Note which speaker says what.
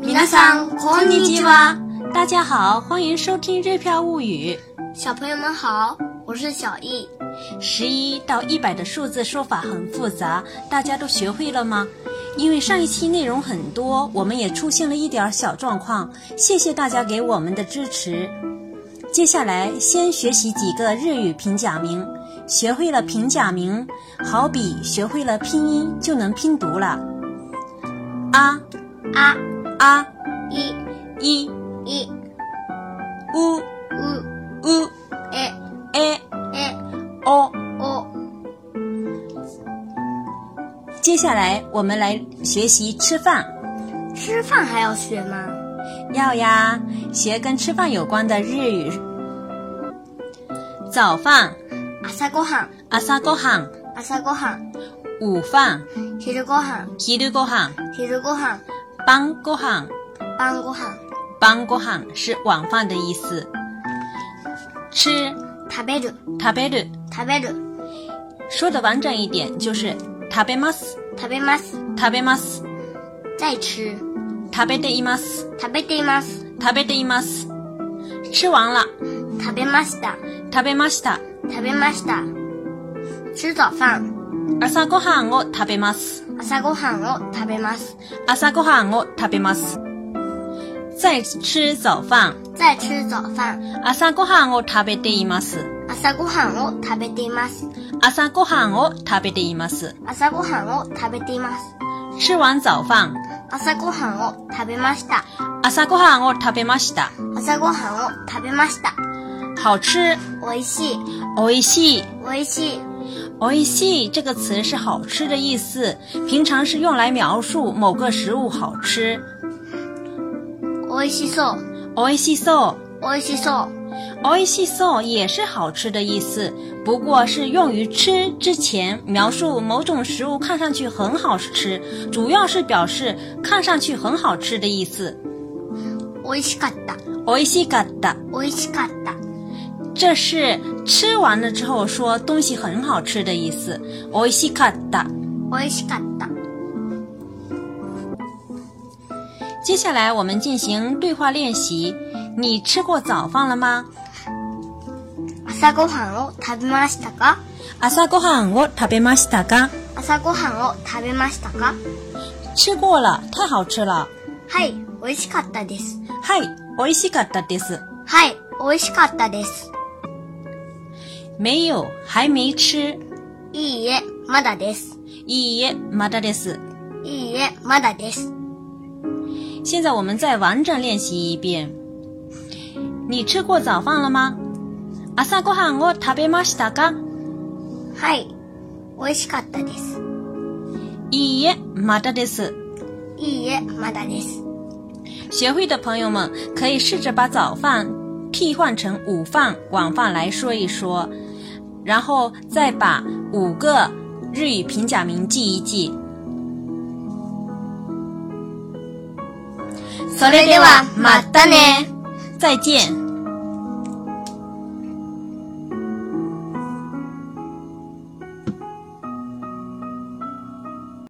Speaker 1: 皆さんこんにちは。
Speaker 2: 大家好，欢迎收听《日票物语
Speaker 1: 小朋友们好，我是小易。》。
Speaker 2: 十一到一百的数字说法很复杂，大家都学会了吗？因为上一期内容很多，我们也出现了一点儿小状况，谢谢大家给我们的支持。接下来先学习几个日语平假名，学会了平假名，好比学会了拼音就能拼读了。啊
Speaker 1: 啊
Speaker 2: 啊
Speaker 1: 一
Speaker 2: 一
Speaker 1: 一
Speaker 2: 乌
Speaker 1: う
Speaker 2: 乌
Speaker 1: え
Speaker 2: 诶
Speaker 1: え
Speaker 2: 哦。
Speaker 1: お
Speaker 2: 接下来我们来学习吃饭，
Speaker 1: 吃饭还要学吗？
Speaker 2: 要呀，学跟吃饭有关的日语。早饭、
Speaker 1: 朝ごはん
Speaker 2: 朝ごはん、
Speaker 1: 朝ごはん
Speaker 2: 午饭、
Speaker 1: 昼ごはん
Speaker 2: 昼ごはん、
Speaker 1: 昼ごはん
Speaker 2: 晩ごはん、
Speaker 1: 晩ごはん
Speaker 2: 晩ごはん是晚饭的意思。吃、
Speaker 1: 食べる
Speaker 2: 食べる，
Speaker 1: 食べる
Speaker 2: 说的完整一点就是食べます、
Speaker 1: 食べます
Speaker 2: 食べます、
Speaker 1: 再吃
Speaker 2: 食べています、
Speaker 1: 食べています
Speaker 2: 食べています。吃完了，
Speaker 1: 食べました
Speaker 2: 食べました。
Speaker 1: 食べました吃早饭
Speaker 2: 朝ごはんを食べます。
Speaker 1: 朝ごはんを食べます
Speaker 2: 朝ごはんを食べます。在吃早饭。
Speaker 1: 再吃早饭
Speaker 2: 朝ごはんを食べています。
Speaker 1: 朝ごはんを食べています
Speaker 2: 朝ごはんを食べています。
Speaker 1: 朝ごはんを食べています
Speaker 2: 吃完早饭。
Speaker 1: 朝ごはんを食べました
Speaker 2: 朝ごはんを食べました。
Speaker 1: 朝ごはんを食べました
Speaker 2: 好吃。
Speaker 1: 美味しい
Speaker 2: 美味しい。
Speaker 1: 美味しい
Speaker 2: 美味しい这个词是好吃的意思，平常是用来描述某个食物好吃。
Speaker 1: 美味しそう
Speaker 2: 美味しそう。
Speaker 1: 美味しそう
Speaker 2: 美味しそう哦也是好吃的意思，不过是用于吃之前描述某种食物看上去很好吃，主要是表示看上去很好吃的意思。哦
Speaker 1: 美味しかった
Speaker 2: 美味しかった，
Speaker 1: 美味しかった
Speaker 2: 这是吃完了之后说东西很好吃的意思。哦美味しかった。
Speaker 1: 美味しかった
Speaker 2: 接下来我们进行对话练习。你吃过早饭了吗？
Speaker 1: 朝ごはんを食べましたか
Speaker 2: 朝ごはんを食べましたか？
Speaker 1: 朝ごはんを食べましたか
Speaker 2: 吃过了，太好吃了。
Speaker 1: はい美味しかったです
Speaker 2: はい、美味しかったです。
Speaker 1: はい美味しかったです
Speaker 2: 没有，还没吃。
Speaker 1: いいえまだです
Speaker 2: いいえ、まだです。
Speaker 1: いいえまだです
Speaker 2: 现在我们再完整练习一遍。你吃过早饭了吗？朝ごはんを食べましたか？
Speaker 1: はい美味しかったです
Speaker 2: いいえ、まだです。
Speaker 1: いいえまだです
Speaker 2: 学会的朋友们可以试着把早饭替换成午饭、晚饭来说一说，然后再把五个日语平假名记一记。そ
Speaker 1: それではまたね
Speaker 2: 再见。